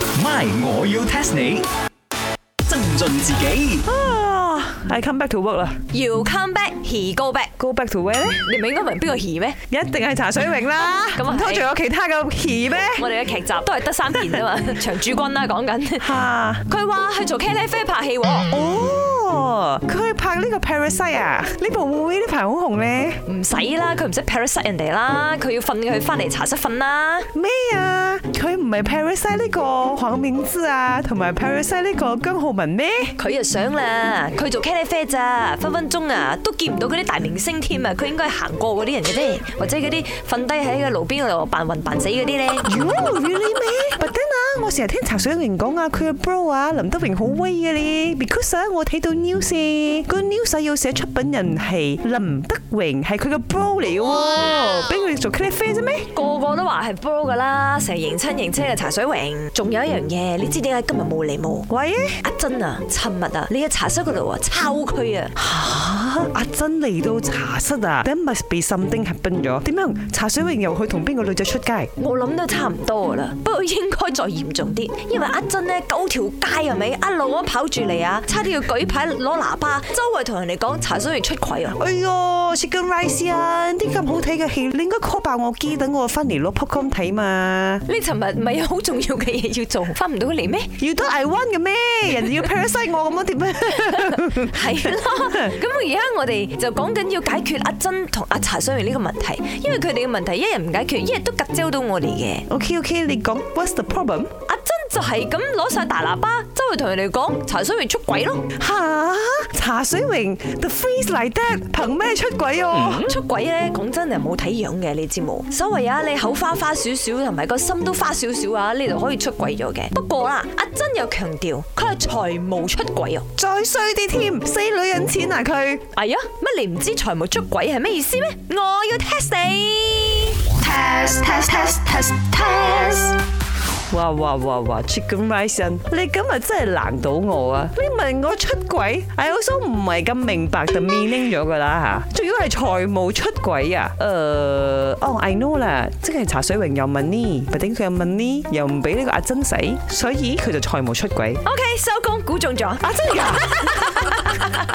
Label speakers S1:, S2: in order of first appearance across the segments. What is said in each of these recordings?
S1: My，我要 test 你。增进自己
S2: 啊，I come back to work 啦
S3: You come back, he go back。
S2: ，go back to where
S3: 你唔應該問邊個 he 咩？
S2: 咧？一定係茶水榮啦，
S3: 咁啊係
S2: 唔通仲有其他嘅 key 咩？
S3: 我哋嘅劇集都係得三件啫嘛，長駐軍啦講緊。
S2: 嚇！
S3: 佢話去做茄喱啡拍戲喎，
S2: 哦，佢去拍呢個 Parasite 啊，呢部會唔會呢排好紅咧？
S3: 唔使啦，佢唔識 parasite 人哋啦，佢要瞓佢翻嚟茶室瞓啦。
S2: 咩啊？佢唔係 Parasite 呢個黃明志啊，同埋 Parasite 呢個姜浩文咩？
S3: 佢就想啦，佢做茄喱啡咋，分分鐘啊都見唔到嗰啲大明星添啊！佢應該係行過嗰啲人嘅啫，或者嗰啲瞓低喺個路邊度扮暈扮死嗰啲咧。
S2: 如果會 really 咩？但係啊，我成日聽茶水榮講啊，佢嘅 bro 啊，林德榮好威嘅咧。because ah, 啊，我睇到 news 啊個 news ah, 啊要寫出品人係林德榮，係佢嘅 bro 嚟嘅喎，俾佢做 c l i f f 啫咩？
S3: 個個都話係 bro 噶啦，成日認親認親嘅茶水榮。仲有一樣嘢，你知點解今日冇嚟冇？
S2: 喂，
S3: 阿珍啊，尋日啊，你嘅茶室嗰度啊，抄佢啊！
S2: 嚇阿珍嚟到茶室啊，there à. must be something happen 咗。點樣？茶水榮又去同邊個女仔出街？
S3: 我諗都差唔多噶啦，不過應該再嚴重啲，因為阿珍呢，九條街係啊咪一路咁跑住嚟啊，差啲要舉牌攞喇叭，周圍同人哋講茶水榮出軌啊！
S2: 哎哟，食緊 rice 啊！啲咁好睇嘅戲，你應該 call 爆我機，等我翻嚟攞 popcorn 睇嘛。
S3: 你尋日唔係有好重要嘅嘢要做，翻唔到嚟 咩？
S2: 要得 I want 嘅咩？人哋要 parasite 我咁樣點啊？
S3: 嗯係啦，咁而家我哋就講緊要解決阿珍同阿茶水榮呢個問題，因為佢哋嘅問題一日唔解決，一日都夾焦到我哋嘅。
S2: OK OK，你講 What's the problem？
S3: 阿珍就係咁攞晒大喇叭，周圍同人哋講茶水榮出軌咯。
S2: 吓，茶水榮 The freeze like that，憑咩出軌啊？
S3: 出軌咧，講真係冇睇樣嘅，你知冇？所謂啊，你口花花少少，同埋個心都花少少啊，你就可以出軌咗嘅。不過啦，阿珍又強調佢係財務出軌啊。
S2: 再衰啲添，死女人錢啊佢！
S3: 哎呀，乜你唔知財務出軌係咩意思咩？我要 test 你。
S4: test test test test test
S2: 哇哇哇哇，Chicken Rice 人，你今日真係難到我啊！你問我出軌，I also 唔係咁明白 the meaning 咗噶啦吓，仲要係財務出軌啊？誒、哦，I know 啦，即係茶水榮又問呢，咪頂佢又問呢，又唔俾呢個阿珍使，所以佢就財務出軌。
S3: OK，收工，估中咗。
S2: 啊，真㗎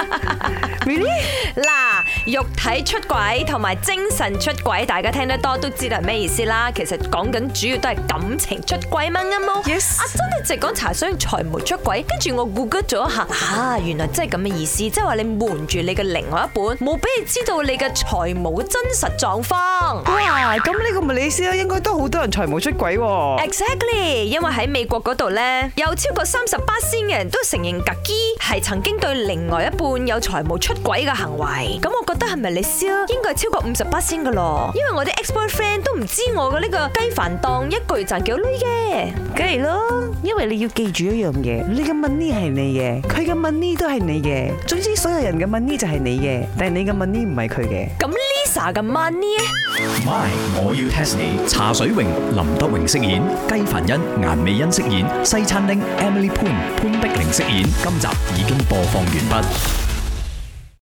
S2: ？Really？
S3: 嗱，肉體出軌同埋精神出軌，大家聽得多都知道係咩意思啦。其實講緊主要都係感情出軌嘛，啱冇
S2: Yes
S3: 阿珍一直講茶商財務出軌，跟住我 Google 咗一下，啊，原來真係咁嘅意思，即係話你瞞住你嘅另外一半，冇俾你知道你嘅財務真實狀況。
S2: 哇，咁呢個咪你意思啦，應該都好多人財務出軌喎。
S3: Exactly，因為喺美國嗰度呢，有超過三十八先嘅人都承認格基係曾經對另外一半有財務出軌嘅行為。咁我覺得係咪你燒應該係超過五十八先嘅咯？因為我啲 ex boyfriend 都唔知我嘅呢個雞飯檔一個月賺幾多鐳嘅。
S2: 梗係咯，因為你要記住一樣嘢，你嘅 money 係你嘅，佢嘅 money 都係你嘅，總之所有人嘅 money 就係你嘅，但係你嘅 money 唔係佢嘅。
S3: 咁 Lisa 嘅 money 呢？
S1: ，My，我要 test 你。茶水榮、林德榮飾演，雞凡欣、顏美欣飾演，西餐廳 Emily Poon 潘碧玲飾演。今集已經播放完畢。